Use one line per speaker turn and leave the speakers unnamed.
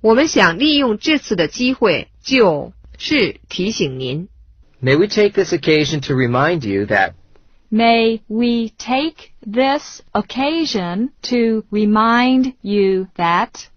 我们想利用这次的机会，就是提醒您。
May we take this occasion to remind you that
May we take this occasion to remind you that